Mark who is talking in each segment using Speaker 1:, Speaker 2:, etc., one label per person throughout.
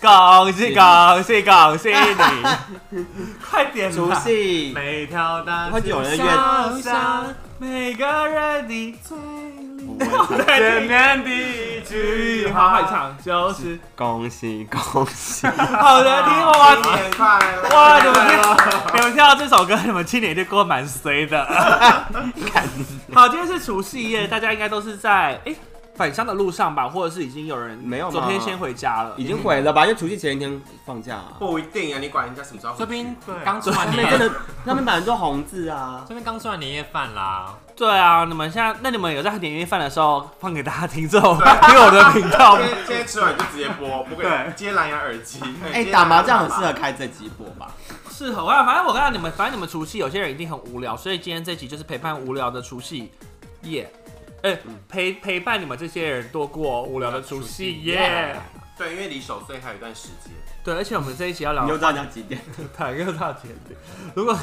Speaker 1: 恭喜恭喜恭喜你！ 快点
Speaker 2: 除
Speaker 1: 啦！
Speaker 2: 夕
Speaker 1: 每条大
Speaker 2: 喝酒的
Speaker 1: 街
Speaker 2: 乐
Speaker 1: 小巷，每个人的嘴里
Speaker 2: 不会唱
Speaker 1: 见面第一句话，快唱就是
Speaker 2: 恭喜恭 喜！
Speaker 1: 好的，听 我
Speaker 3: 新年快乐！
Speaker 1: 哇！你们听，你们听到这首歌，你们今年就过得蛮衰的。好，今天是除夕夜，大家应该都是在哎、返乡的路上吧，或者是已经有人
Speaker 2: 没有吗
Speaker 1: 昨天先回家了，
Speaker 2: 已经回了吧？因为除夕前一天放假、啊，
Speaker 3: 不一定啊，你管人家什么时候
Speaker 4: 这
Speaker 3: 回去？
Speaker 4: 边
Speaker 1: 对啊
Speaker 4: 刚吃
Speaker 2: 他
Speaker 4: 完
Speaker 2: 们
Speaker 4: 年
Speaker 2: 真
Speaker 4: 夜，
Speaker 2: 的，他们本来就红字啊
Speaker 4: 这。边刚吃完年夜饭啦。
Speaker 1: 对啊，你们现在，那你们有在点年夜饭的时候放给大家听这种听我的频道吗
Speaker 3: 今？天今天吃完就直接播，不
Speaker 1: 对
Speaker 3: 会接蓝牙耳机。
Speaker 2: 哎、
Speaker 3: 接蓝牙
Speaker 2: 打麻将很适合开这集播吧？
Speaker 1: 是很啊，反正我告诉你们，反正你们除夕有些人一定很无聊，所以今天这集就是陪伴无聊的除夕夜，哎、陪陪伴你们这些人度过无聊的除夕夜。
Speaker 3: 对，因为离守岁还有一段时间。
Speaker 1: 对，而且我们这一集要聊
Speaker 2: 你又知道你要 几点？
Speaker 1: 坦克大姐，如果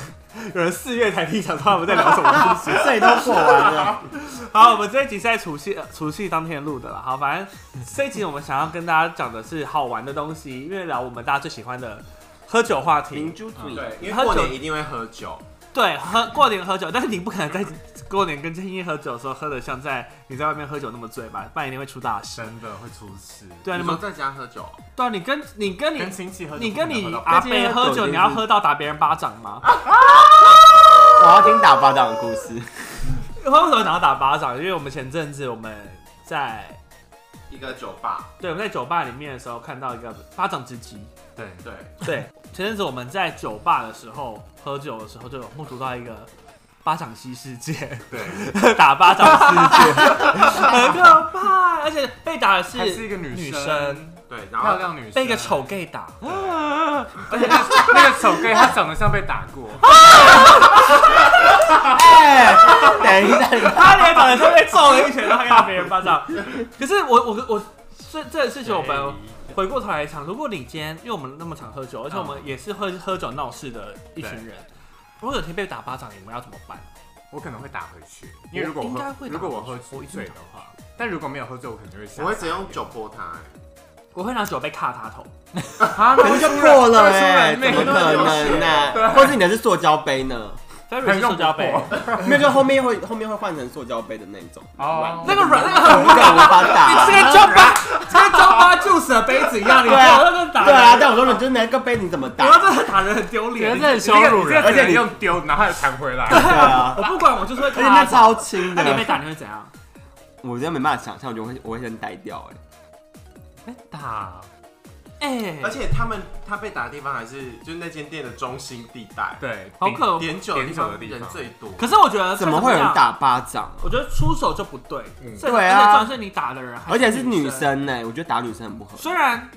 Speaker 1: 有人四月才听讲他们在聊什么事情。
Speaker 2: 这里都过 完了，
Speaker 1: 好，我们这一集是在除夕呃除夕当天录的了。好，反正这一集我们想要跟大家讲的是好玩的东西，因为聊我们大家最喜欢的喝酒话题
Speaker 2: 明。珠
Speaker 1: 嗯
Speaker 4: 嗯
Speaker 2: 嘴。
Speaker 3: 对，因为过年一定会喝酒。
Speaker 1: 对，喝过年喝酒，但是你不可能在过年跟建议喝酒的时候喝的像在你在外面喝酒那么醉吧，不然一定会出大事。
Speaker 4: 真的会出事。
Speaker 1: 对啊，你
Speaker 3: 你
Speaker 1: 们
Speaker 3: 们在家喝酒？哦
Speaker 1: 对啊，你跟你跟你
Speaker 4: 跟亲戚喝酒
Speaker 1: 你跟你
Speaker 4: 不能喝到
Speaker 3: 啊
Speaker 1: 阿伯喝
Speaker 2: 跟亲戚喝酒
Speaker 1: 酒，你要喝到打别人巴掌吗？
Speaker 2: 我要听打巴掌的故事。
Speaker 1: 为什么想要打巴掌？因为我们前阵子我们在
Speaker 3: 一个酒吧，
Speaker 1: 对我们在酒吧里面的时候看到一个巴掌之击。
Speaker 4: 对，
Speaker 3: 对，
Speaker 1: 对，前阵子我们在酒吧的时候喝酒的时候，就有目睹到一个巴掌西事件，
Speaker 4: 对，
Speaker 1: 打巴掌事件，很可怕，而且被打的
Speaker 4: 还
Speaker 1: 是
Speaker 4: 是一个女
Speaker 1: 女
Speaker 4: 生，
Speaker 1: 生，
Speaker 3: 对，然
Speaker 4: 漂
Speaker 3: 后
Speaker 4: 亮女生，
Speaker 1: 被一个丑 gay 打。
Speaker 4: 那个丑 gay，她长得像被打过，
Speaker 2: 哎、等一下，
Speaker 1: 他脸长得像被揍了一拳，然后还打别人巴 掌。可是我我我这这件事情我们回过头来想，如果你今天，因为我们那么常喝酒，而且我
Speaker 4: 嗯
Speaker 1: 们也是会喝酒闹事的一群人，如果有天被打巴掌，你们要怎么办？
Speaker 4: 我可能会打回去，因为如果
Speaker 1: 我应该
Speaker 4: 我
Speaker 1: 会
Speaker 4: 喝，
Speaker 1: 打
Speaker 4: 如果我喝
Speaker 1: 我一定
Speaker 4: 醉的话，但如果没有喝醉，我可能就会吓
Speaker 3: 我会直接用
Speaker 4: 傻
Speaker 3: 酒泼他。哎
Speaker 1: 我会拿酒杯卡他头，
Speaker 4: 啊，
Speaker 2: 我们就破了 哎、
Speaker 4: 那
Speaker 2: 怎
Speaker 4: 个
Speaker 2: 么
Speaker 4: 出人
Speaker 2: 可能
Speaker 4: 命
Speaker 2: 呢、或者你的是塑胶杯呢？
Speaker 1: Ferry 是塑胶 杯，
Speaker 2: 没有，就后面会后面会换成塑胶杯的那 种。
Speaker 4: 哦，
Speaker 1: 那个软那个
Speaker 2: 我
Speaker 1: 很
Speaker 2: 们
Speaker 1: 无
Speaker 2: 可能
Speaker 1: 聊
Speaker 2: 无。法打。
Speaker 1: 这跟装八，这跟装八 juice 的杯子一样，你
Speaker 2: 啊对啊
Speaker 1: 拿那个打
Speaker 2: 对啊，
Speaker 1: 人，
Speaker 2: 但我说你就拿个杯，你怎么
Speaker 1: 你要
Speaker 2: 打？
Speaker 1: 真的打人很丢脸。
Speaker 4: 这很羞辱人，
Speaker 2: 而
Speaker 4: 而
Speaker 2: 且
Speaker 4: 且
Speaker 2: 你
Speaker 4: 你用丢，然后又弹回 来，
Speaker 2: 对 啊，
Speaker 1: 我不管，我就是会
Speaker 2: 而
Speaker 1: 卡
Speaker 2: 且那
Speaker 1: 他头。
Speaker 2: 超轻
Speaker 1: 那
Speaker 2: 的
Speaker 1: 你，被打你会怎样？
Speaker 2: 我真的没办法想象，我就会我会先呆掉哎、
Speaker 4: 被打，
Speaker 1: 哎，
Speaker 4: 嗯
Speaker 3: 而且他们他被打的地方还是就是那间店的中心地带，
Speaker 4: 对，
Speaker 1: 好可
Speaker 3: 点酒
Speaker 4: 点酒的地方
Speaker 3: 人最多。
Speaker 1: 可是我觉得
Speaker 2: 怎么会有人
Speaker 1: 这样？
Speaker 2: 打巴掌啊？
Speaker 1: 我觉得出手就不对，
Speaker 4: 嗯
Speaker 1: 这
Speaker 2: 对啊
Speaker 1: 而且主要是你打的人，
Speaker 2: 而且是女。生呢、我觉得打女生很不合。
Speaker 1: 虽然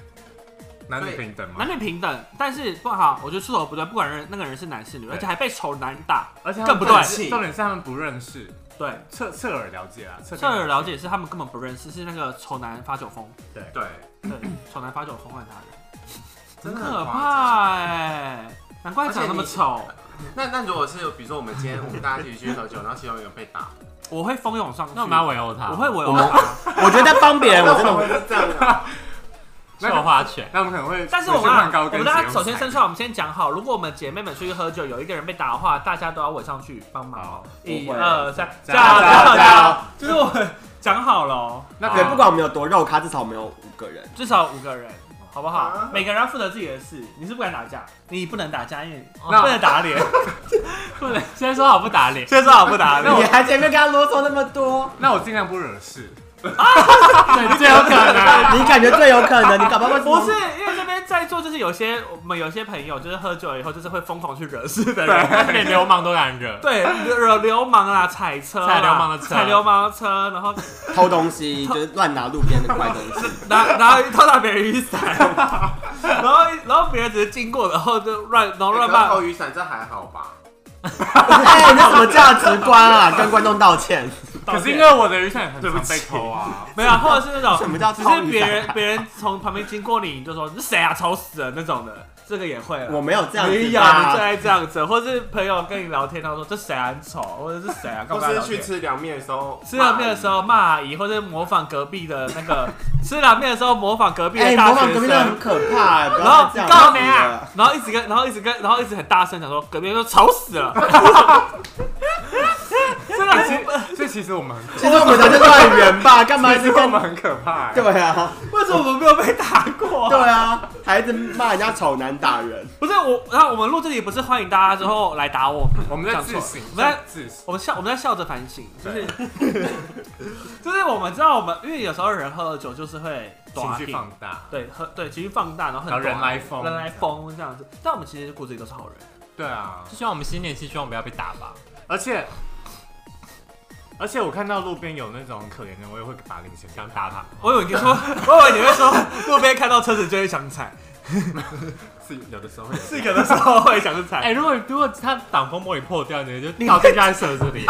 Speaker 4: 男女平等嘛
Speaker 1: 男，女平等，但是不好，我觉得出手不对，不管人那个人是男是女，
Speaker 4: 对
Speaker 1: 而且还被丑男打，
Speaker 4: 而且
Speaker 1: 更不
Speaker 4: 对
Speaker 1: 对，
Speaker 4: 重点是他们不认识，
Speaker 1: 对。
Speaker 4: 侧侧耳了解啊，侧
Speaker 1: 这有了解是他们根本不认识，是那个丑男发酒疯，
Speaker 3: 对，
Speaker 1: 对，丑男发酒疯换他人，
Speaker 3: 真的
Speaker 1: 很
Speaker 3: 很
Speaker 1: 可
Speaker 3: 夸张。
Speaker 1: 怕哎、难怪长那么丑，
Speaker 3: 那那如果是比如说我们今天我们大家一起去喝酒，然后其中一个被打，
Speaker 1: 我会蜂拥上去，
Speaker 4: 那我们要围殴他，
Speaker 1: 我会我
Speaker 2: 我们 我觉得在帮别人， 我真的
Speaker 3: 会
Speaker 2: 会
Speaker 3: 是这样的。
Speaker 4: 那
Speaker 1: 绣
Speaker 4: 花拳，那我们可能会，
Speaker 1: 但是我们
Speaker 4: 换高
Speaker 1: 我们
Speaker 4: 跟鞋，
Speaker 1: 大家首先先出来，我们先讲好，如果我们姐妹们出去喝酒，有一个人被打的话，大家都要围上去帮忙
Speaker 4: 好。
Speaker 1: 一
Speaker 2: 不会
Speaker 1: 二三，
Speaker 4: 加油
Speaker 1: 加油
Speaker 4: 加油！
Speaker 1: 就是我们讲好了哦，
Speaker 4: 那
Speaker 2: 对，
Speaker 4: 可
Speaker 2: 不管我们有多肉咖，至少我们有五个人。
Speaker 1: 至少五个人，好不好
Speaker 3: 啊？
Speaker 1: 每个人要负责自己的事。你是不敢打架，你不能打架，因为
Speaker 4: 那
Speaker 1: 不能打脸。
Speaker 4: 不能先说好不打脸，
Speaker 1: 所以说
Speaker 2: 啊
Speaker 1: 好不打
Speaker 4: 那我
Speaker 2: 你还前面跟他啰嗦那么多，
Speaker 4: 那我尽量不惹事，对，最有可 能，
Speaker 2: 你感觉最有可能，你搞不好会
Speaker 1: 不是，因为这边在座就是有些我们有些朋友就是喝酒以后就是会疯狂去惹事的人，
Speaker 4: 对，连流氓都敢惹，
Speaker 1: 对，惹流氓啦，踩车啦，
Speaker 4: 踩流氓的车
Speaker 1: 踩流氓的车，然后
Speaker 2: 偷东西，就是乱拿路边的怪东西。
Speaker 1: 拿 拿偷拿别人雨伞，啊 然后然后别人只是经过，然后就乱然后
Speaker 3: 欸
Speaker 1: 乱
Speaker 3: 可是
Speaker 1: 骂
Speaker 3: 投。雨伞这还好吧？
Speaker 2: 哎，你这什么价值观啊？跟观众道歉。
Speaker 1: 道
Speaker 4: 可是
Speaker 1: 歉
Speaker 4: 因为我的雨伞很
Speaker 3: 对不
Speaker 4: 常
Speaker 3: 起
Speaker 4: 被偷啊，
Speaker 1: 没有啊，或者是那种
Speaker 2: 什么叫
Speaker 1: 只
Speaker 2: 超
Speaker 1: 是
Speaker 2: 雨
Speaker 1: 别
Speaker 2: 伞
Speaker 1: 人别人从旁边经过你，你就说是谁啊，丑死了那种的，这个也会了。
Speaker 2: 我没哎有这样
Speaker 1: 没
Speaker 2: 子
Speaker 1: 有，啊你最
Speaker 2: 吧？
Speaker 1: 爱这样子，或是朋友跟你聊天，他说这谁啊很丑，或者是谁啊，干
Speaker 3: 或
Speaker 1: 嘛
Speaker 3: 是
Speaker 1: 聊
Speaker 3: 去
Speaker 1: 天？
Speaker 3: 吃凉面的时候，
Speaker 1: 吃凉面的时候骂阿姨，或者模仿隔壁的那 个吃凉面的时候哎模仿隔壁的大
Speaker 2: 哎模仿
Speaker 1: 学
Speaker 2: 隔壁
Speaker 1: 生，
Speaker 2: 真的很可怕欸，不
Speaker 1: 然后
Speaker 2: 要再这样
Speaker 1: 告
Speaker 2: 子
Speaker 1: 你
Speaker 2: 了
Speaker 1: 啊，然后一直跟，然后一直跟，然后一直很大声讲说隔壁说吵死了，真的是
Speaker 4: 所以其实我们很可
Speaker 2: 其实我们才是外人吧，干嘛
Speaker 4: 怕，
Speaker 2: 一
Speaker 4: 其实
Speaker 2: 直
Speaker 4: 我
Speaker 2: 跟
Speaker 4: 们很可怕欸。
Speaker 2: 对啊，
Speaker 1: 为什么我们没有被打过啊、
Speaker 2: 对啊，还一直骂人家丑男打人，
Speaker 1: 不是我，然后我们录这里不是欢迎大家之后来打我们，
Speaker 4: 我们在
Speaker 1: 讲
Speaker 4: 自
Speaker 1: 错
Speaker 4: 省，
Speaker 1: 我
Speaker 4: 我
Speaker 1: 们
Speaker 4: 们
Speaker 1: 在
Speaker 4: 在自省。
Speaker 1: 我们笑，我们在笑着反 省，就是
Speaker 4: 对
Speaker 1: 就是我们知道我们，因为有时候人喝了酒就是会
Speaker 4: 情绪
Speaker 1: 短
Speaker 4: 放大，
Speaker 1: 对，喝对情绪放大，然后很
Speaker 4: 然后人
Speaker 1: 短
Speaker 4: 来疯
Speaker 1: 人来疯这样子，但我们其实骨子里都是好人，
Speaker 4: 对啊，
Speaker 5: 就希望我们新年期，希望不要被打吧。
Speaker 4: 而且而且我看到路边有那种很可怜的，我也会把零钱想打他，
Speaker 1: 我以为你说， 我以为你会说路边看到车子就会想踩，
Speaker 4: 是有的时候会有。
Speaker 1: 是有的时候会想
Speaker 5: 哎、
Speaker 1: 踩，
Speaker 5: 如果如果他挡风玻璃破掉，你就倒在家里手这里，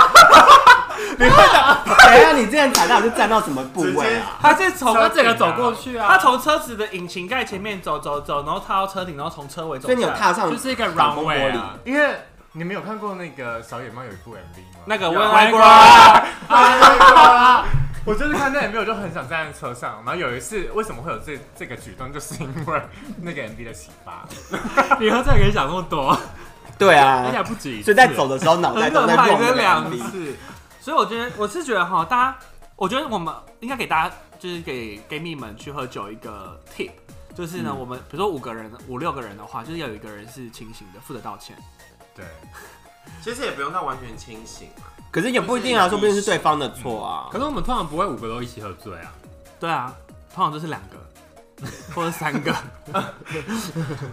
Speaker 2: 等一下你之前踩到是站到什么部
Speaker 3: 直
Speaker 2: 位
Speaker 3: 接
Speaker 2: 啊？
Speaker 1: 他是从
Speaker 5: 他整个走过去
Speaker 1: 他
Speaker 5: 啊，
Speaker 1: 从车子的引擎盖前面走走走，然后踏到车顶，然后从车尾走
Speaker 2: 所以你有
Speaker 1: 下来
Speaker 2: 踏上
Speaker 5: 就是一个
Speaker 2: 挡风
Speaker 5: runway 啊。
Speaker 4: 因为你们有看过那个小野猫有一部 MV 吗？
Speaker 1: 那个
Speaker 4: 有
Speaker 1: When
Speaker 4: 外
Speaker 1: I
Speaker 4: 国
Speaker 1: Grow
Speaker 4: 人
Speaker 1: Up
Speaker 4: 啊我就是看那 MV，我就很想站在车上。然后有一次，为什么会有这这个举动，就是因为那个 MV 的启发。
Speaker 5: 你喝这个可以想那么多，
Speaker 2: 对
Speaker 5: 而且还
Speaker 2: 啊，
Speaker 5: 不止一次。
Speaker 2: 所以在走的时候脑袋
Speaker 1: 很
Speaker 2: 都
Speaker 1: 可
Speaker 2: 在
Speaker 1: 怕，
Speaker 2: 晃
Speaker 1: 这
Speaker 2: 的
Speaker 1: 两
Speaker 2: 里。
Speaker 1: 次。所以我觉得，我是觉得哈，大家，我觉得我们应该给大家，就是给 gay 蜜们去喝酒一个 tip，就是
Speaker 4: 嗯
Speaker 1: 呢，我们比如说五个人、五六个人的话，就是要有一个人是清醒的，负责道歉。
Speaker 4: 对，
Speaker 3: 其实也不用到完全清醒嘛，
Speaker 2: 可是也不一定啊，说不定是对方的错啊
Speaker 5: 可。是我们通常不会五个都一起喝醉啊。
Speaker 1: 对啊，通常就是两个或者三个。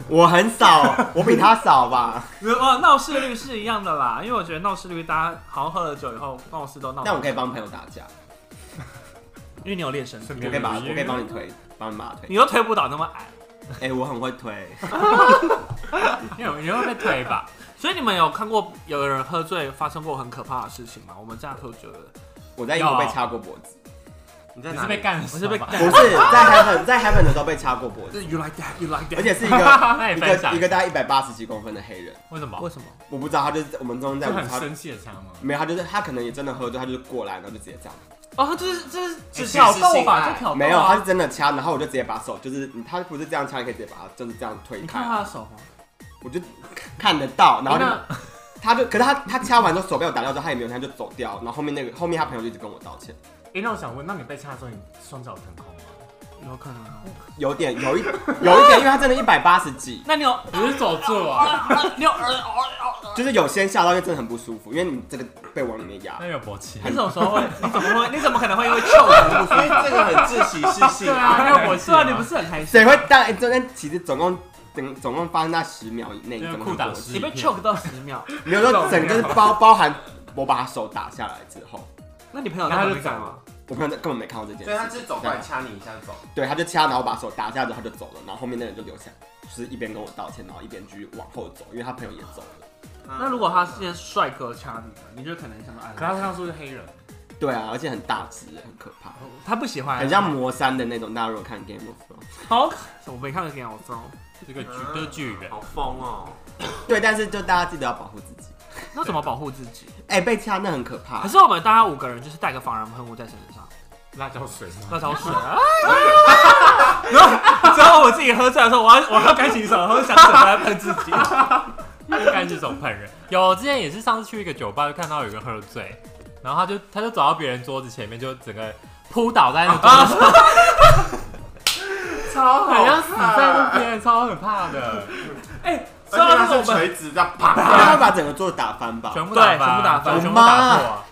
Speaker 2: 我很 少，我比他少吧，
Speaker 1: 哦，闹事率是一样的啦，因为我觉得闹事率大家好像喝了酒以后闹事都闹。
Speaker 2: 但我可以帮朋友打架，
Speaker 1: 因为你有练身体
Speaker 4: 顺，
Speaker 2: 我
Speaker 4: 便
Speaker 2: 可以把，
Speaker 4: 比
Speaker 2: 我
Speaker 4: 喻
Speaker 2: 可以帮你推，帮你把他推。
Speaker 1: 你又推不倒那么矮，
Speaker 2: 哎，我很会推，
Speaker 5: 因为你会被推吧？
Speaker 1: 所以你们有看过有人喝醉发生过很可怕的事情吗？我们这样喝酒的，
Speaker 2: 我在英国被掐过脖子，
Speaker 3: 你在
Speaker 5: 你
Speaker 3: 哪
Speaker 5: 是
Speaker 3: 里
Speaker 5: 被？干
Speaker 1: 我
Speaker 5: 死
Speaker 1: 是
Speaker 5: 的
Speaker 1: 被
Speaker 5: 吧？
Speaker 2: 啊 不是 在 heaven，在 heaven 的时候被掐过脖子，
Speaker 1: 是 you like that you like
Speaker 2: 而
Speaker 1: that，
Speaker 2: 且 是一个
Speaker 5: 那
Speaker 2: 一
Speaker 5: 你分
Speaker 2: 个
Speaker 5: 享
Speaker 2: 一个大概一百八十几公分的黑人，
Speaker 5: 为什么？
Speaker 1: 为什么？
Speaker 2: 我不知道他就是我们中间
Speaker 4: 就
Speaker 2: 在
Speaker 4: 很
Speaker 2: 舞他。
Speaker 4: 生气的他吗？
Speaker 2: 没有，他就是他可能也真的喝醉，他就是过来，然后就直接这样。
Speaker 1: 哦，他就是就是只
Speaker 3: 欸
Speaker 1: 挑
Speaker 3: 其实
Speaker 1: 逗
Speaker 3: 性
Speaker 1: 吧，
Speaker 3: 爱
Speaker 1: 就挑逗啊。
Speaker 2: 没有，他是真的掐，然后我就直接把手，就是他不是这样掐，你可以直接把他就是这样推
Speaker 1: 你
Speaker 2: 开
Speaker 1: 看，啊他的手吗？
Speaker 2: 我就看得到，然后就
Speaker 4: 那
Speaker 2: 他就，可是他他掐完之后手被我打掉之后，他也没有，他就走掉。然后后面那个后面他朋友就一直跟我道歉，
Speaker 4: 哎，那我想问，那你被掐的时候，你双脚腾空吗？
Speaker 1: 有可能哦。
Speaker 2: 有点有一 有一点，因为他真的一百八十几，
Speaker 1: 那你有
Speaker 5: 你是走住啊？
Speaker 1: 你有
Speaker 2: 就是有先吓到，因为真的很不舒服，因为你这个被往里面压
Speaker 5: 那。有勃起？
Speaker 1: 你什么时候会？你怎么会？你怎么可能会因为臭的
Speaker 3: 因为这个很窒息是性爱，
Speaker 5: 啊，那有勃起
Speaker 1: 对啊，
Speaker 5: 啊？
Speaker 1: 你不是很开心
Speaker 2: 谁
Speaker 1: 吗？
Speaker 2: 会当？哎，真的其实总共总总共发生那十秒以
Speaker 5: 那
Speaker 2: 内，你
Speaker 5: 个
Speaker 2: 怎么
Speaker 5: 裤裆
Speaker 2: 会
Speaker 5: 湿
Speaker 1: 你被 choke 到十秒，
Speaker 2: 没有说整个是包包含我把他手打下来之后，
Speaker 1: 那你朋友在
Speaker 4: 然
Speaker 1: 旁
Speaker 4: 后他
Speaker 1: 边
Speaker 4: 就走
Speaker 1: 干嘛？
Speaker 2: 我朋友根本没看到这件
Speaker 3: 所以他
Speaker 2: 事。
Speaker 3: 是走过来掐你一下就走。
Speaker 2: 对，他就掐，然后把手打下之后他就走了，然后后面那人就留下，就是一边跟我道歉，然后一边继续往后走，因为他朋友也走了。
Speaker 1: 那如果他是件帅哥掐你呢，你就可能想说
Speaker 4: 可他
Speaker 1: 哎，
Speaker 4: 刚说是黑人，
Speaker 2: 对啊，而且很大只，很可怕。
Speaker 1: 他不喜欢，
Speaker 2: 很像魔山的那种。大家如果看 Game of Thrones，
Speaker 1: 好可，我没看过《Game of Thrones
Speaker 5: 这个巨就是巨人，
Speaker 3: 好疯哦！
Speaker 2: 对，但是就大家记得要保护自己。
Speaker 1: 那怎么保护自己？
Speaker 2: 哎、被掐那很可怕
Speaker 1: 可。是我们大家五个人就是带个防狼喷雾在身上，
Speaker 4: 辣椒水吗？
Speaker 1: 那超 水啊！然后，然后我自己喝醉的时候，我要我要干洗手，然后想怎么来喷自己。
Speaker 5: 干这种喷人。有之前也是上次去一个酒吧，就看到有一个喝醉，然后他就他就走到别人桌子前面，就整个扑倒在那个桌子上，
Speaker 3: 超
Speaker 5: 好像死在那边，超可怕的，
Speaker 1: 哎，
Speaker 3: 而
Speaker 1: 说
Speaker 3: 且
Speaker 1: 到
Speaker 3: 他
Speaker 1: 这个，我
Speaker 3: 是
Speaker 1: 们
Speaker 3: 锤子这样啪，
Speaker 2: 他会把整个桌子打翻吧？
Speaker 5: 全部
Speaker 1: 对
Speaker 5: 打
Speaker 1: 全部打翻
Speaker 5: 全部
Speaker 2: 我
Speaker 5: 打
Speaker 2: 妈
Speaker 5: 破，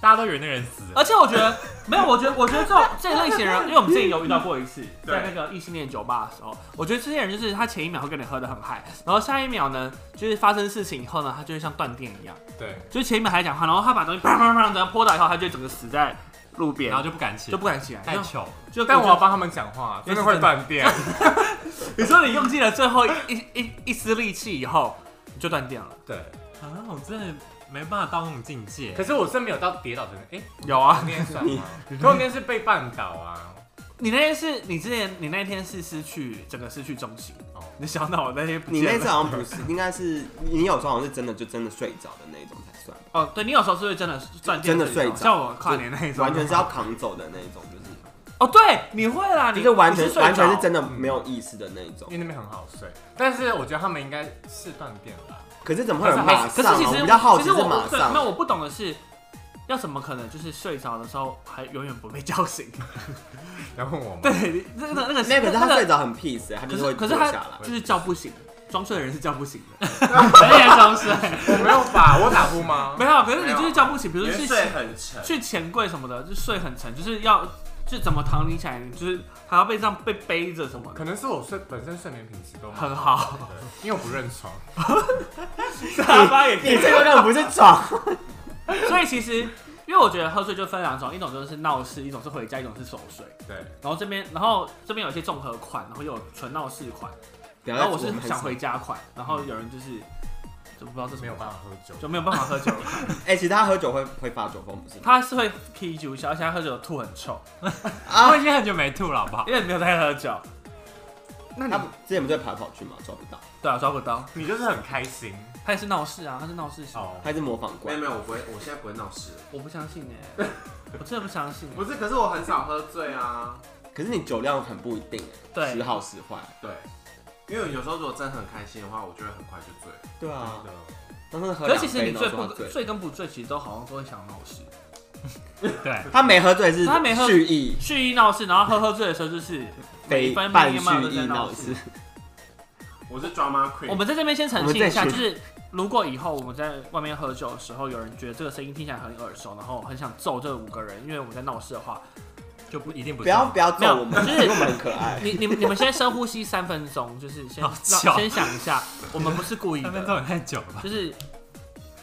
Speaker 5: 大家都以为那个人死了。
Speaker 1: 而且我觉得没有，我觉得我觉得这种这类型人，因为我们之前有遇到过一次，
Speaker 3: 对
Speaker 1: 在那个异性恋酒吧的时候，我觉得这些人就是他前一秒会跟你喝得很嗨，然后下一秒呢，就是发生事情以后呢，他就会像断电一样，
Speaker 4: 对，
Speaker 1: 就是前一秒还讲话，然后他把东西啪啪啪这样泼倒以后，他就整个死在路边，
Speaker 5: 然后就不敢起，
Speaker 1: 就不敢起来。
Speaker 5: 太
Speaker 1: 就
Speaker 5: 糗了。
Speaker 1: 就
Speaker 4: 但我要
Speaker 1: 把
Speaker 4: 帮他们讲话，真的会断电。
Speaker 1: 你说你用尽了最后一一一一丝力气以后，你就断电了。
Speaker 4: 对，
Speaker 5: 啊，我真的没办法到那种境界
Speaker 4: 可。是我是没有到跌倒的人，哎、
Speaker 1: 有啊
Speaker 4: 那，天算吗？可我那天是被绊倒啊，
Speaker 1: 你那天是你之前你那天是失去整个失去重心
Speaker 4: 哦，
Speaker 1: 你想到我那天不
Speaker 2: 你
Speaker 1: 见
Speaker 2: 那
Speaker 1: 了
Speaker 2: 次好像不是，应该是你有时候好像是真的就真的睡着的那一种才算，
Speaker 1: 哦，对你有时候是会真的断电
Speaker 2: 真的睡着
Speaker 1: 像我跨年那一种，
Speaker 2: 完全是要扛走的那一种，就是
Speaker 1: 哦，对，你会啦，你
Speaker 2: 就是完
Speaker 1: 你
Speaker 2: 全
Speaker 1: 睡
Speaker 2: 完全
Speaker 1: 着
Speaker 2: 是真的没有意识的那一种
Speaker 4: 因。为那边很好睡。但是我觉得他们应该是断电吧。
Speaker 2: 可是怎么会有
Speaker 1: 哎
Speaker 2: 马
Speaker 1: 可
Speaker 2: 上啊？
Speaker 1: 是其
Speaker 2: 我
Speaker 1: 实
Speaker 2: 比较好奇
Speaker 1: 其
Speaker 2: 是
Speaker 1: 实我
Speaker 2: 马
Speaker 1: 不对没有
Speaker 2: 上，啊
Speaker 1: 我不懂的是，要怎么可能就是睡着的时候还永远不被叫 醒？
Speaker 4: 然后我们
Speaker 1: 对，那个那个
Speaker 2: 那可是他睡
Speaker 1: 个，
Speaker 2: 着很 peace，欸他就
Speaker 1: 可
Speaker 2: 是会
Speaker 1: 是可
Speaker 2: 坐
Speaker 1: 是
Speaker 2: 下
Speaker 1: 他
Speaker 2: 来。
Speaker 1: 就是叫不醒，装睡的人是叫不醒 的，
Speaker 5: 谁也装睡，
Speaker 4: 我没有把我打呼吗？
Speaker 1: 没有，可是你就是叫不醒，比如
Speaker 3: 因
Speaker 1: 说
Speaker 3: 为
Speaker 1: 去
Speaker 3: 睡很 沉，
Speaker 1: 去钱柜什么的，就睡很沉，就是要就怎么躺你起来，你就是还要被这样被背着什么的，
Speaker 4: 可能是我睡本身睡眠品质都蛮
Speaker 1: 很好，
Speaker 4: 好的，因为我不认床。
Speaker 1: 沙发也可以
Speaker 2: 你这个根本不是床，
Speaker 1: 所以其实，因为我觉得喝醉就分两种，一种就是闹事，一种是回家，一种是守岁。
Speaker 4: 对，
Speaker 1: 然后这边，然后这边有一些综合款，然后又有纯闹事款，
Speaker 2: 不要
Speaker 1: 然
Speaker 2: 再
Speaker 1: 后我
Speaker 2: 指们
Speaker 1: 是
Speaker 2: 很
Speaker 1: 想
Speaker 2: 少
Speaker 1: 回家款，然后有人就是就不知道这是什么
Speaker 4: 没有办法喝酒。
Speaker 1: 就没有办法喝酒，
Speaker 2: 哎、其实他喝酒会会发酒疯，不是吗？
Speaker 1: 他是会啤酒小，而且他喝酒吐很臭，
Speaker 5: 我
Speaker 2: 啊，
Speaker 5: 已经很久没吐了，好不好？
Speaker 1: 因为没有在喝酒，
Speaker 2: 那他之前不是跑来跑去吗？抓不到，
Speaker 1: 对啊，抓不到，
Speaker 4: 你就是很开心
Speaker 1: 他也是闹事啊，他是闹事型，
Speaker 4: 哦，
Speaker 2: 他是模仿
Speaker 3: 没
Speaker 2: 官
Speaker 3: 有没。有，我不会，我现在不会闹事。
Speaker 1: 我不相信哎、我真的不相信、
Speaker 3: 不是，可是我很少喝醉啊。
Speaker 2: 可是你酒量很不一定哎、
Speaker 1: 对
Speaker 2: 时好时坏。
Speaker 3: 对，因为有时候如果真的很开心的话，我就会很快就醉。
Speaker 2: 对啊
Speaker 4: 真，的
Speaker 2: 当时喝
Speaker 1: 可
Speaker 2: 两
Speaker 1: 是其实你
Speaker 2: 杯然后
Speaker 1: 醉
Speaker 2: 说
Speaker 1: 不
Speaker 2: 他醉，
Speaker 1: 醉跟不醉，其实都好像都会想闹事。
Speaker 5: 对，
Speaker 2: 他没喝醉是
Speaker 1: 他没喝
Speaker 2: 蓄意
Speaker 1: 蓄意闹事，然后喝喝醉的时候就是每
Speaker 2: 非
Speaker 1: 一分
Speaker 2: 半
Speaker 1: 每一秒都
Speaker 2: 蓄
Speaker 1: 在
Speaker 2: 意
Speaker 1: 闹
Speaker 2: 闹
Speaker 1: 事
Speaker 2: 事。
Speaker 3: 我是 drama queen。
Speaker 1: 我们在这边先澄清一下，
Speaker 2: 我
Speaker 1: 就
Speaker 2: 们再
Speaker 1: 是如果以后我们在外面喝酒的时候，有人觉得这个声音听起来很耳熟，然后很想揍这五个人，因为我们在闹事的话，
Speaker 5: 就不一定不
Speaker 2: 不要
Speaker 5: 要
Speaker 2: 不要
Speaker 1: 没有
Speaker 2: 揍我们，
Speaker 1: 就
Speaker 2: 因
Speaker 1: 是
Speaker 2: 为我们很 可爱。
Speaker 1: 你你们你们先深呼吸三分钟，就是先
Speaker 5: 好
Speaker 1: 让
Speaker 5: 巧
Speaker 1: 先想一下，我们不是故意
Speaker 5: 三分钟
Speaker 1: 的，
Speaker 5: 也太久了吧？
Speaker 1: 就是。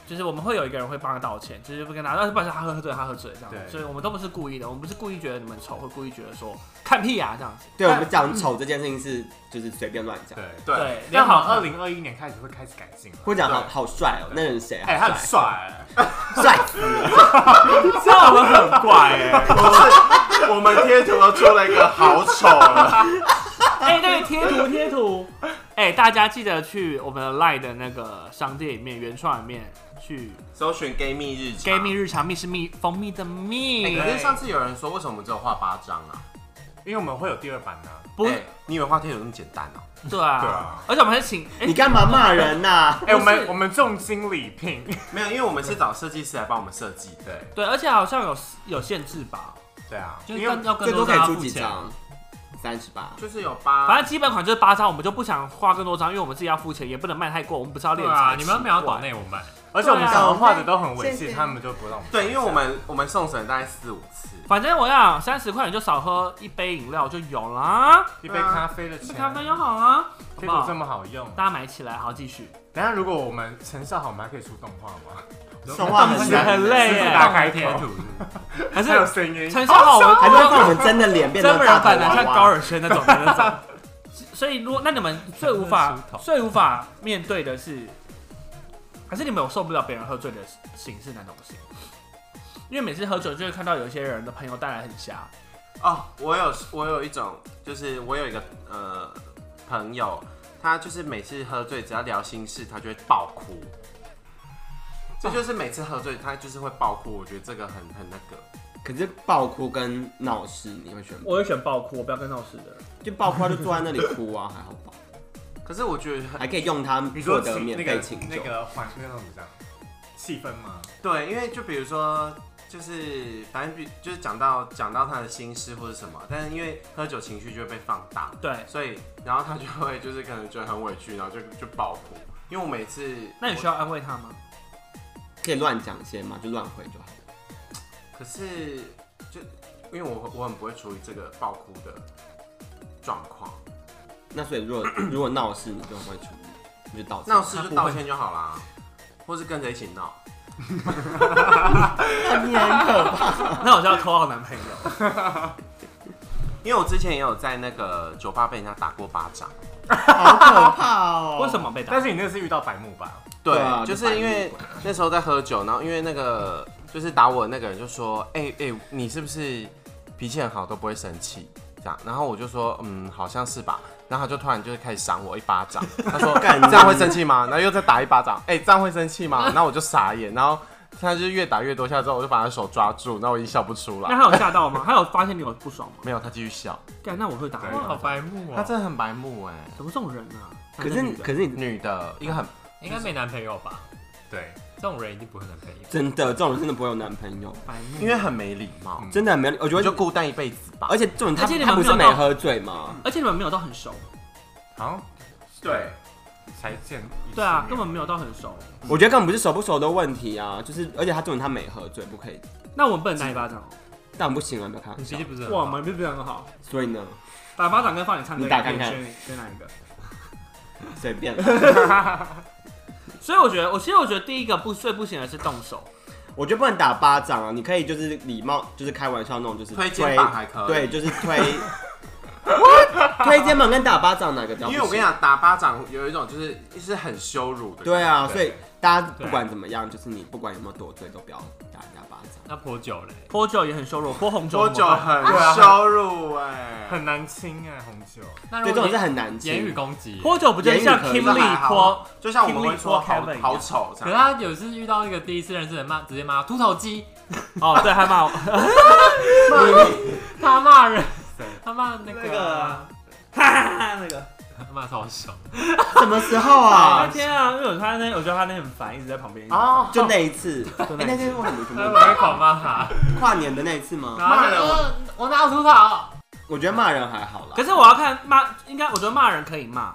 Speaker 1: 就是我们会有一个人会帮他道歉，就是会跟他，但是不然他喝醉，他喝醉这样
Speaker 4: 对
Speaker 1: 子，所以我们都不是故意的，我们不是故意觉得你们丑，会故意觉得说看屁啊呀、这样子。
Speaker 2: 对我们讲丑这件事情是就是随便乱讲，
Speaker 4: 对。
Speaker 3: 对，
Speaker 1: 对，
Speaker 4: 那
Speaker 1: 要
Speaker 4: 好，
Speaker 1: 好
Speaker 4: 二零二一年开始会开始改进了。
Speaker 2: 或讲好
Speaker 3: 对
Speaker 2: 好帅哦，那人谁啊？
Speaker 4: 哎、他很帅、
Speaker 2: 帅死了，
Speaker 1: 这样我们很
Speaker 4: 怪哎、
Speaker 3: 欸 我们贴图都出了一个好丑了。
Speaker 1: 哎、 对，贴图贴图，哎、大家记得去我们的 Line 的那个商店里面，原创里面去
Speaker 3: 搜寻 gay 蜜日常
Speaker 1: Gay 蜜日常蜜是蜜蜂蜜的蜜，
Speaker 3: 哎可是上次有人说，为什么我们只有画八张啊？
Speaker 4: 因为我们会有第二版啊呢、
Speaker 1: 不、
Speaker 3: 哎你以为画贴图那么简单哦？
Speaker 1: 对啊，
Speaker 4: 对啊
Speaker 1: 而且我们还请哎、
Speaker 2: 你干嘛骂人呐？
Speaker 1: 是
Speaker 4: 哎、我们我们重金礼聘，
Speaker 3: 没有，因为我们是找设计师来帮我们设计的。
Speaker 4: 对
Speaker 1: 对，而且好像有有限制吧，
Speaker 4: 对啊，
Speaker 5: 就是
Speaker 4: 因为
Speaker 5: 更要更
Speaker 2: 最多可
Speaker 5: 大
Speaker 2: 以
Speaker 5: 家
Speaker 2: 出
Speaker 5: 付
Speaker 2: 几
Speaker 5: 钱
Speaker 2: 张？三十八。
Speaker 3: 就是有八，
Speaker 1: 反正基本款就是八张，我们就不想花更多张，因为我们自己要付钱，也不能卖太过，我们不是要
Speaker 5: 对
Speaker 1: 练
Speaker 5: 啊，
Speaker 1: 财。
Speaker 5: 你们没有要管内我们，
Speaker 4: 而且我们
Speaker 1: 对啊
Speaker 4: 想要画的都很猥
Speaker 2: 谢
Speaker 4: 亵，
Speaker 2: 谢
Speaker 4: 他们就不让我们。
Speaker 3: 对，因为我们我们送审大概四五次，
Speaker 1: 反正我想三十块你就少喝一杯饮料就有啦，
Speaker 5: 啊
Speaker 4: 一杯咖啡的
Speaker 1: 一
Speaker 4: 钱，
Speaker 1: 杯咖啡就好啦，好
Speaker 4: 贴
Speaker 1: 不
Speaker 4: 图这
Speaker 1: 好？
Speaker 4: 么好用，
Speaker 1: 大家买起来，好继续。
Speaker 4: 等一下如果我们成效好，我们还可以出动画吗？
Speaker 2: 动画 很
Speaker 1: 是很累耶
Speaker 4: 大开
Speaker 5: 贴
Speaker 4: 头
Speaker 5: 图，
Speaker 1: 还是
Speaker 4: 还有声音，
Speaker 1: 陈孝好，我们
Speaker 2: 还是会放我们真的脸变
Speaker 1: 真
Speaker 2: 成
Speaker 1: 人
Speaker 2: 大
Speaker 1: 版
Speaker 2: 头
Speaker 1: 的，
Speaker 2: 娃
Speaker 1: 像高
Speaker 2: 娃。
Speaker 1: 尔宣那种的那种。所以，如果那你们最无法
Speaker 5: 真的是头、
Speaker 1: 最无法面对的是，还是你们有受不了别人喝醉的形式哪种型？因为每次喝酒就会看到有一些人的朋友带来很瞎，
Speaker 3: 哦，我有我有一种，就是我有一个呃朋友，他就是每次喝醉，只要聊心事，他就会爆哭。这就是每次喝醉，他就是会爆哭。我觉得这个很很那个。
Speaker 2: 可是爆哭跟闹事，你会选
Speaker 1: 我会选爆哭，我不要跟闹事的人。
Speaker 2: 就爆哭他就坐在那里哭啊，还好吧？
Speaker 3: 可是我觉得很
Speaker 2: 还可以用它获
Speaker 4: 你说
Speaker 2: 得
Speaker 4: 请
Speaker 2: 免
Speaker 4: 那
Speaker 2: 费
Speaker 4: 个
Speaker 2: 请
Speaker 4: 那
Speaker 2: 求。
Speaker 4: 个环那种怎么样？气氛吗？
Speaker 3: 对，因为就比如说，就是反正比就是讲到讲到他的心事或者什么，但是因为喝酒情绪就会被放大，
Speaker 1: 对，
Speaker 3: 所以然后他就会就是可能觉得很委屈，然后就就爆哭。因为我每次
Speaker 1: 那你需要安慰他吗？
Speaker 2: 可以乱讲些嘛，就乱回就好。
Speaker 3: 可是就因为我我很不会处理这个爆哭的状况，
Speaker 2: 那所以如果如果闹事，你就会处理，你就道歉。
Speaker 3: 闹事就 道歉就好啦，或是跟着一起闹。
Speaker 2: 你很可怕。
Speaker 1: 那我就要偷好男朋友。
Speaker 3: 因为我之前也有在那个酒吧被人家打过巴掌，
Speaker 6: 好可怕哦！
Speaker 1: 为什？么
Speaker 5: 啊
Speaker 1: 被打？
Speaker 4: 但是你那是遇到白目吧？
Speaker 3: 对，
Speaker 2: 对啊
Speaker 3: 就是因为
Speaker 2: 就白
Speaker 3: 那时候在喝酒，然后因为那个就是打我的那个人就说：“哎、哎、你是不是脾气很好都不会生气？”这样，然后我就说：“嗯，好像是吧。”然后他就突然就是开始赏我一 巴掌，他说：“干，这样会生气吗？”然后又再打一巴掌，哎、这样会生气吗？然后我就傻眼，然后他就越打越多下之后，我就把他手抓住，然后我已经笑不出
Speaker 1: 那
Speaker 3: 来，
Speaker 1: 他有吓到吗？他有发现你有不爽吗？
Speaker 3: 没有，他继续笑，
Speaker 1: 干，那我会打你。
Speaker 5: 哇好白目
Speaker 3: 他
Speaker 5: 哦，
Speaker 3: 真的很白目哎、
Speaker 1: 怎么这种人啊？
Speaker 2: 可是你可是你
Speaker 3: 女的一个很
Speaker 5: 应该没男朋友吧？
Speaker 4: 对，
Speaker 5: 这种人一定不会有男朋友。
Speaker 2: 真的这种人真的不会有男朋友，
Speaker 1: 白目，
Speaker 3: 因为很没礼貌，
Speaker 2: 真的没有。我觉
Speaker 3: 我
Speaker 2: 得
Speaker 3: 就孤单一辈子吧。
Speaker 2: 而且这种他
Speaker 1: 而且你们
Speaker 2: 他不是
Speaker 1: 没
Speaker 2: 没
Speaker 1: 有到
Speaker 2: 喝醉吗？
Speaker 1: 而且你们没有到很熟，
Speaker 4: 好像
Speaker 3: 对，
Speaker 4: 才见一次
Speaker 1: 对啊，
Speaker 4: 面
Speaker 1: 根本没有到很熟。
Speaker 2: 我觉得根本不是熟不熟的问题啊，就是而且他这种他没喝醉，不可以，
Speaker 1: 那我们不能打你巴掌哦，
Speaker 2: 但不行啊，不要开玩
Speaker 5: 你
Speaker 2: 笑
Speaker 5: 脾气。不是很
Speaker 1: 哇，我
Speaker 5: 好，
Speaker 1: 们不是很好。
Speaker 2: 所以呢，
Speaker 1: 打巴掌跟嗯放你唱歌，
Speaker 2: 你打看看
Speaker 1: 你选选哪一个？
Speaker 2: 随便。
Speaker 1: 所以我觉得，我其实我觉得第一个不最不行的是动手，
Speaker 2: 我觉得不能打巴掌啊，你可以就是礼貌，就是开玩笑那种，就是
Speaker 3: 推
Speaker 2: 推
Speaker 3: 肩膀还可以
Speaker 2: 对，就是 推。推肩膀跟打巴掌哪个比较？
Speaker 3: 因为我跟你，讲，打巴掌有一种就是是很羞辱的。
Speaker 2: 对啊，
Speaker 4: 对
Speaker 2: 所以大家不管怎么样，就是你不管有没有多醉，都不要打人家巴掌。
Speaker 5: 那泼酒嘞，
Speaker 1: 泼酒也很羞辱，泼红酒
Speaker 3: 喝
Speaker 1: 怎么
Speaker 3: 酒
Speaker 1: 办，
Speaker 3: 很
Speaker 4: 对啊
Speaker 3: 羞辱哎、
Speaker 4: 很难亲哎，红酒。
Speaker 5: 那
Speaker 2: 对，
Speaker 5: 如
Speaker 2: 这
Speaker 5: 果
Speaker 2: 种
Speaker 5: 你
Speaker 2: 是很难
Speaker 5: 言语
Speaker 2: 听。
Speaker 5: 攻击，
Speaker 1: 泼酒不就
Speaker 2: 言语
Speaker 1: 像
Speaker 2: 可
Speaker 1: Kim
Speaker 2: 以
Speaker 1: Lee 泼？
Speaker 3: 就像我们会说
Speaker 1: Kim Lee 泼 Kevin
Speaker 3: 好
Speaker 1: 一样
Speaker 3: 好丑这
Speaker 5: 可是
Speaker 3: 样。
Speaker 5: 他有次遇到一个第一次认识的骂，直接骂他秃头鸡，
Speaker 1: 哦，对，还骂我，
Speaker 5: 他骂人，他骂那个啊，
Speaker 1: 那个。
Speaker 5: 他骂超凶，
Speaker 2: 什么时
Speaker 1: 那
Speaker 2: 候啊？
Speaker 1: 天啊，因为我他那天，我觉得他那天很烦，一直在旁边。
Speaker 3: 哦，
Speaker 2: 就那一次，哎
Speaker 1: 就那一次
Speaker 2: 那天我很多 什
Speaker 5: 那我会
Speaker 2: 么
Speaker 5: 狂骂他，
Speaker 2: 跨年的那一次吗？
Speaker 3: 啊
Speaker 5: 然后他就说我哪有秃头？
Speaker 2: 我觉得骂人还好啦。
Speaker 1: 可是我要看骂，应该我觉得骂人可以骂，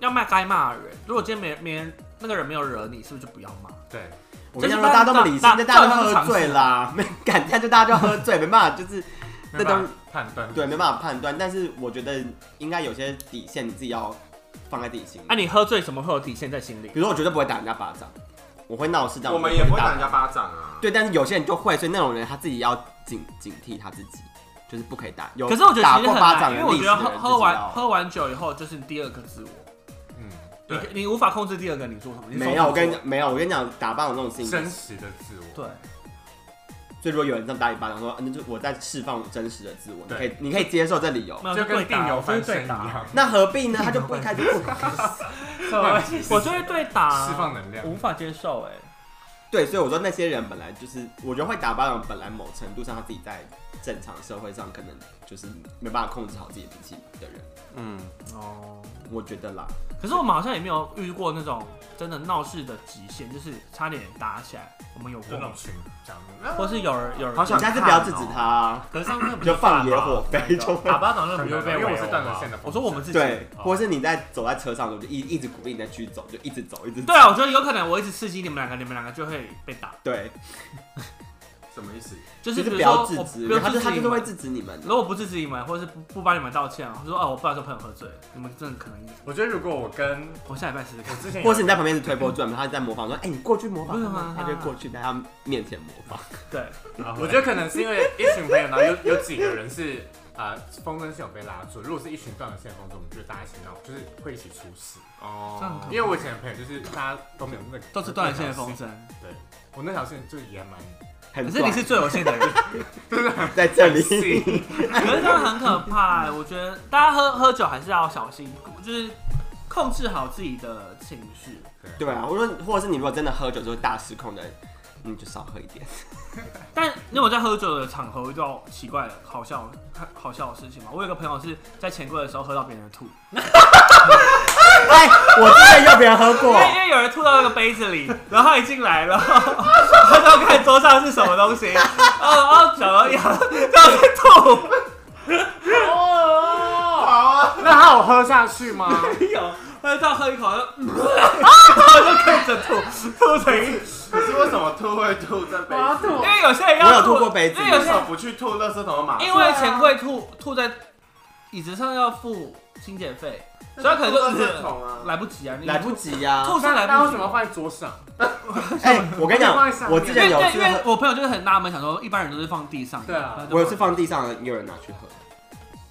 Speaker 1: 要骂该骂的人。如果今天没人没人那个人没有惹你，是不是就不要骂？
Speaker 4: 对，
Speaker 2: 我跟你讲，大家都不理性，
Speaker 1: 就是
Speaker 2: 那大
Speaker 1: 大
Speaker 2: 家都啊
Speaker 1: 大
Speaker 2: 喝醉啦， 没敢，那就大家就喝醉，没办法，就是
Speaker 4: 没
Speaker 2: 这
Speaker 4: 办
Speaker 2: 东
Speaker 4: 法判断
Speaker 2: 对，没办法判断。但是我觉得应该有些底线，你自己要放在自己心里。
Speaker 1: 哎、你喝醉怎么会有底线在心里？
Speaker 2: 比如说，我绝对不会打人家巴掌，我会闹事，但
Speaker 3: 我们也不会打人家。巴掌啊。
Speaker 2: 对，但是有些人就会，所以那种人他自己要警警惕他自己，就是不可以打。有
Speaker 1: 可是我觉得
Speaker 2: 打
Speaker 1: 其实
Speaker 2: 过
Speaker 1: 很
Speaker 2: 巴掌
Speaker 1: 难，
Speaker 2: 的
Speaker 1: 因为我
Speaker 2: 历
Speaker 1: 觉
Speaker 2: 史
Speaker 1: 得
Speaker 2: 的
Speaker 1: 喝
Speaker 2: 人
Speaker 1: 喝
Speaker 2: 就知
Speaker 1: 完
Speaker 2: 道
Speaker 1: 喝完酒以后，就是你第二个自我，
Speaker 4: 嗯，
Speaker 1: 你你无法控制第二个你做什么。你
Speaker 2: 没有，啊我跟你
Speaker 1: 讲，
Speaker 2: 讲，没有，我跟你讲，打巴掌这种事情，
Speaker 4: 真实的自我。
Speaker 1: 对，
Speaker 2: 所以如果有人这样打你巴掌，说，嗯那就我在释放我真实的自我，你
Speaker 4: 对
Speaker 2: 可以，你可以接受这理由。
Speaker 1: 没有
Speaker 4: 就跟
Speaker 1: 对打
Speaker 4: 定油翻
Speaker 1: 就是
Speaker 4: 身一
Speaker 1: 对打，
Speaker 4: 样，
Speaker 2: 那何必呢？他就不一开始不
Speaker 1: 我就会对打，
Speaker 4: 释放能量
Speaker 1: 无法接受哎、
Speaker 2: 对，所以我说那些人本来就是，我觉得会打巴掌，本来某程度上他自己在正常社会上可能就是没办法控制好自己的脾气的人，
Speaker 3: 嗯，
Speaker 1: 哦，
Speaker 2: 我觉得啦。
Speaker 1: 可是我们好像也没有遇过那种真的闹事的极限，就是差点打起来，我们有
Speaker 4: 就
Speaker 1: 过
Speaker 4: 那
Speaker 1: 吗
Speaker 4: 种，群长。
Speaker 1: 或是有人有人
Speaker 3: 好
Speaker 2: 你
Speaker 3: 想
Speaker 2: 下次
Speaker 3: 看
Speaker 2: 不要制止
Speaker 3: 哦
Speaker 2: 他啊，
Speaker 5: 可是上次不
Speaker 2: 你
Speaker 5: 是
Speaker 2: 就放
Speaker 5: 犯
Speaker 2: 野
Speaker 5: 吗
Speaker 2: 火
Speaker 1: 那个
Speaker 2: 飞就会
Speaker 5: 打巴掌那不就被
Speaker 4: 因为
Speaker 5: 围
Speaker 4: 我是
Speaker 5: 殴
Speaker 4: 断了
Speaker 5: 吗
Speaker 4: 线的风筝，
Speaker 1: 我说我们自己
Speaker 2: 对，
Speaker 5: 哦
Speaker 2: 或是你在走在车上，我就一一直鼓励你再去走，就一直走，一直走
Speaker 1: 对。啊，我觉得有可能我一直刺激你们两个，你们两个就会被打，
Speaker 2: 对，
Speaker 3: 什么意思？
Speaker 1: 就是比
Speaker 2: 是
Speaker 1: 如
Speaker 2: 不
Speaker 1: 说
Speaker 2: 要
Speaker 1: 我
Speaker 2: 制止，
Speaker 1: 不要
Speaker 2: 他就
Speaker 1: 制止
Speaker 2: 他就
Speaker 1: 你
Speaker 2: 是会
Speaker 1: 们。
Speaker 2: 制止你们
Speaker 1: 如。果我不制止你们，或者是不不帮你们道歉，我说哦，我不小心朋友喝醉，你们真的可能，
Speaker 4: 我觉得如果我跟
Speaker 1: 我下礼拜试试看
Speaker 4: 我。之前有
Speaker 2: 或是你在旁边一直推波助澜，他就在模仿说：“哎、你过去模仿
Speaker 1: 为
Speaker 2: 他
Speaker 1: 什么
Speaker 2: 们。”他就过去在他面前模仿。
Speaker 1: 对，
Speaker 4: 我觉得可能是因为一群朋友，然后有有几个人是呃风筝线有被拉住，如果是一群断了线的风筝，我们就大家一起闹，就是会一起出事。
Speaker 3: 哦
Speaker 1: 这样很可
Speaker 4: 因为我以前的朋友就是大家都没有那个
Speaker 1: 都是断了线的风筝，
Speaker 4: 对，我那条线就是也蛮
Speaker 2: 很
Speaker 1: 可是你是最有线的人，
Speaker 2: 短在这里，
Speaker 4: 细，
Speaker 1: 可是这样很可怕、欸。我觉得大家喝喝酒还是要小心，就是控制好自己的情绪。
Speaker 2: 对啊，我说，或者是你如果真的喝酒之后大失控的人，你就少喝一点。
Speaker 1: 但你有在喝酒的场合遇到奇怪的好笑的好笑的事情吗？我有个朋友是在钱柜的时候喝到别人的 吐，
Speaker 2: 哎，我真的有别人喝
Speaker 1: 因
Speaker 2: 过，
Speaker 1: 为因为哎有人吐到那个杯子 里，然后他一进来了，他就看桌上是什么 东西，哦哦，小龙呀，然后在吐，
Speaker 4: 那他有喝下去吗？
Speaker 1: 没有，他就这样喝一口，他就嗯然后就跟着吐，吐成一，
Speaker 3: 可是为什么吐会吐在杯子 里？
Speaker 1: 因为有些人
Speaker 2: 我
Speaker 1: 要
Speaker 2: 有吐过杯子
Speaker 1: 因为有
Speaker 3: 为
Speaker 1: 些
Speaker 3: 什
Speaker 1: 人
Speaker 3: 么不去吐垃圾桶的马
Speaker 1: 因为钱柜吐吐在椅子上要付清洁费，所以他可能就
Speaker 3: 那就吐垃圾桶啊
Speaker 1: 呃 来不及啊，你
Speaker 2: 来不及呀、
Speaker 1: 吐是来啊
Speaker 4: 那
Speaker 1: 不
Speaker 4: 为
Speaker 1: 及
Speaker 4: 什。么要放在桌上？
Speaker 2: 哎、我跟你
Speaker 4: 我可以放在上
Speaker 2: 讲，
Speaker 4: 面
Speaker 2: 我之
Speaker 1: 因为
Speaker 2: 前有
Speaker 1: 对，
Speaker 2: 去
Speaker 1: 因为
Speaker 2: 喝，
Speaker 1: 我朋友就是很纳闷，想说一般人都是放地上的，
Speaker 4: 对啊
Speaker 1: 他就
Speaker 2: 我有次放地上，也有人拿去喝。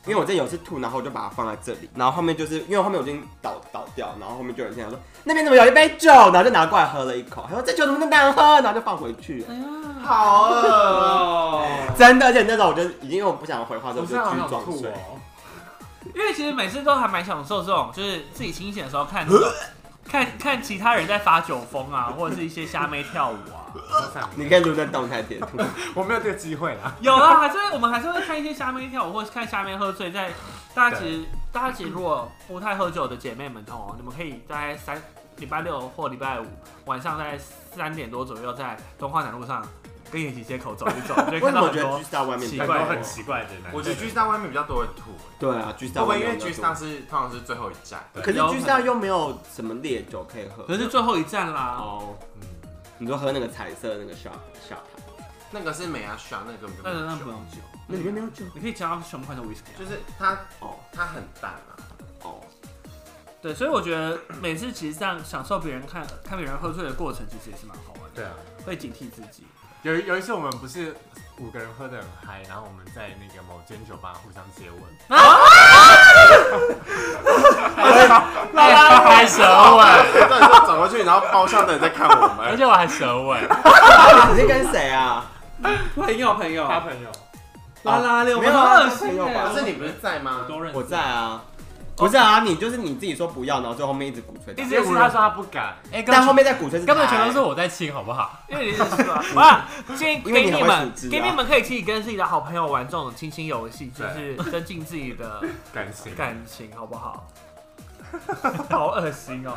Speaker 2: 因为我这有一次吐，然后我就把它放在这里，然后后面就是因为后面我已经倒倒掉，然后后面就有人进来说那边怎么有一杯酒，然后就拿过来喝了一口，他说这酒怎么那么难喝，然后就放回去了，
Speaker 3: 好饿，
Speaker 2: 真的，而且那时候我就已经因为我不想回话，所以
Speaker 4: 我
Speaker 2: 我就
Speaker 4: 现在好
Speaker 2: 去
Speaker 4: 想
Speaker 2: 装
Speaker 4: 吐
Speaker 2: 睡。
Speaker 4: 哦，
Speaker 1: 因为其实每次都还蛮享受这种，就是自己清醒的时候看那种看看其他人在发酒疯啊，或者是一些虾妹跳舞啊。
Speaker 4: 好想
Speaker 2: 你可以录在动态截图，
Speaker 4: 我没有这个机会啊啦。
Speaker 1: 有啦，还是会我们还是会看一些虾妹跳舞，或是看虾妹喝醉。在大家其实大家其实如果不太喝酒的姐妹们哦，你们可以在三礼拜六或礼拜五晚上在三点多左右，在东华南路上跟延禧街口走一走，你就会
Speaker 2: 为
Speaker 1: 看到
Speaker 2: 什么我
Speaker 1: 很
Speaker 2: 觉得
Speaker 1: 多
Speaker 2: 居。士在外面比较
Speaker 5: 奇
Speaker 1: 怪
Speaker 5: 怪，
Speaker 1: 哦
Speaker 5: 很奇怪的男
Speaker 3: 我觉
Speaker 5: 生
Speaker 3: 得。居士在外面比较多人吐，欸
Speaker 2: 对啊，居士在
Speaker 3: 会不
Speaker 2: 外
Speaker 3: 会因
Speaker 2: 面
Speaker 3: 为
Speaker 2: 比较
Speaker 3: 居士
Speaker 2: 多
Speaker 3: 上是通常是最后一站？
Speaker 2: 可是居士上又没有什么烈酒可以喝，
Speaker 1: 可是最后一站啦，
Speaker 2: 哦，
Speaker 4: 嗯
Speaker 2: 你说喝那个彩色的那个 shot shot，
Speaker 3: 那个是美牙刷，那个根本
Speaker 1: 那
Speaker 3: 就
Speaker 1: 人那
Speaker 3: 没
Speaker 1: 不
Speaker 3: 有
Speaker 1: 用酒，
Speaker 2: 那里面没有酒
Speaker 1: 你可以加全部款的 whisky 啊。
Speaker 3: 就是它
Speaker 2: 哦
Speaker 3: 它很淡啊。
Speaker 2: 哦，
Speaker 1: 对，所以我觉得每次其实这样享受别人看看别人喝醉的过程，其实也是蛮好玩的，
Speaker 4: 对啊，
Speaker 1: 会警惕自 己。
Speaker 4: 有一有一次我们不是五个人喝的很嗨，然后我们在那个某间酒吧互相接吻，
Speaker 5: 还还蛇尾，
Speaker 3: 对，就走过去，然后包厢的人在看我
Speaker 1: 哎
Speaker 5: 而
Speaker 3: 们。
Speaker 5: 且我还蛇尾。
Speaker 2: 啊你是跟谁啊？
Speaker 1: 朋友，朋友，
Speaker 4: 他朋友
Speaker 1: 啦啦六，
Speaker 2: 没有啊没有吧
Speaker 3: 可是你不是在吗？
Speaker 5: 都认识
Speaker 2: 我在啊，不是啊，你就是你自己说不要，然后最后面一直鼓吹他，
Speaker 1: 一直
Speaker 4: 结果他说他不敢，
Speaker 5: 哎，根
Speaker 2: 但后
Speaker 5: 本
Speaker 2: 面再鼓吹是
Speaker 5: 根本
Speaker 2: 他
Speaker 5: 全都
Speaker 2: 欸
Speaker 5: 是我在亲，好不好？
Speaker 1: 因为你是 吧？哇，建议
Speaker 2: 因为
Speaker 1: 给
Speaker 2: 你很
Speaker 1: 你
Speaker 2: 会
Speaker 1: 们
Speaker 2: 组织，啊
Speaker 1: 给你们可以自己跟自己的好朋友玩这种亲亲游戏，就是增进自己的
Speaker 4: 感情
Speaker 1: 感情，好不好？ 好恶心 哦！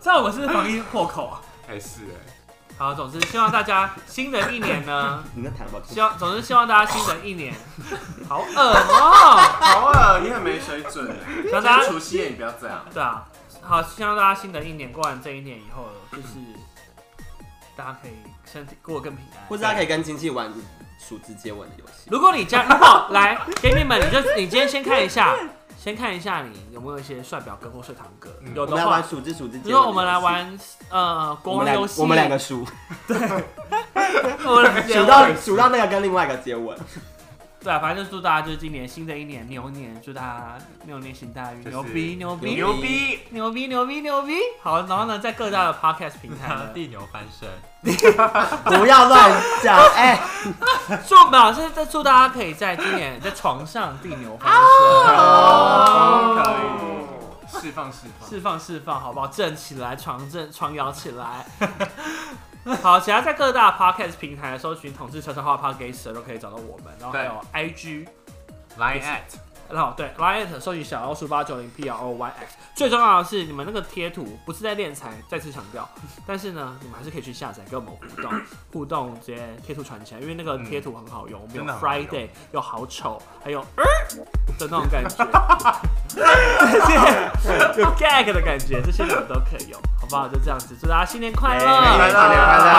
Speaker 1: 这样我是防疫破口啊。
Speaker 4: 还是哎，
Speaker 1: 好，总之希望大家新的一年 呢，
Speaker 2: 你在谈吧，
Speaker 1: 希望总之希望大家新的一 年，好恶哦。
Speaker 3: 好啊，你很没水准 哎。
Speaker 1: 那大家
Speaker 3: 除夕夜你不要这样。
Speaker 1: 对啊，好，希望大家新的一年过完这一年以后，就是大家可以身体过得更平安。
Speaker 2: 或者他可以跟亲戚玩数字接吻的游戏。
Speaker 1: 如果你家，如 果来给你们，你就你今天先看一下，先看一下你有没有一些帅表哥或帅堂哥，
Speaker 4: 嗯
Speaker 1: 有
Speaker 2: 我们
Speaker 1: 的
Speaker 2: 来
Speaker 1: 话
Speaker 2: 玩，数字数字接吻的游戏。
Speaker 1: 如果我们来玩呃国
Speaker 2: 我
Speaker 1: 王
Speaker 2: 们两
Speaker 1: 游
Speaker 2: 个，
Speaker 1: 戏，
Speaker 2: 我们两个数，
Speaker 1: 我 们
Speaker 2: 数到数到那个跟另外一个接吻。
Speaker 1: 对啊，反正就祝大家就是今年新的一年牛年，祝大家牛年行大运，
Speaker 4: 就是
Speaker 1: 牛逼牛逼
Speaker 2: 牛
Speaker 3: 逼！
Speaker 1: 牛逼牛逼牛逼！好，然后呢，在各大的 podcast 平台 呢。
Speaker 5: 地牛翻身，
Speaker 2: 不要乱讲，哎、
Speaker 1: 祝没有，是在祝大家可以在今年在床上地牛翻
Speaker 2: 啊
Speaker 1: 身，
Speaker 4: 哦可以释放释放。
Speaker 1: 释放释放，好不好？震起来，床震床摇起来。 好，其他在各大 podcast 平台搜寻“统治悄悄话 podcast” 都可以找到我们，然后还有 IG，
Speaker 4: Line at
Speaker 1: 然后对 Riot 搜寻小老鼠八九零 P R O Y X。最重要的是，你们那个贴图不是在练财，再次强调，但是呢，你们还是可以去下载跟我们互动，互动直接贴图传起来，因为那个贴图很嗯好用，我们有
Speaker 4: 真的很好用
Speaker 1: Friday，有好丑，还有呃的那种感觉， 这些有 gag 的感觉，这些你们都可以用，好不好？就这样子，祝大家新年快乐，
Speaker 2: 哎
Speaker 3: 快乐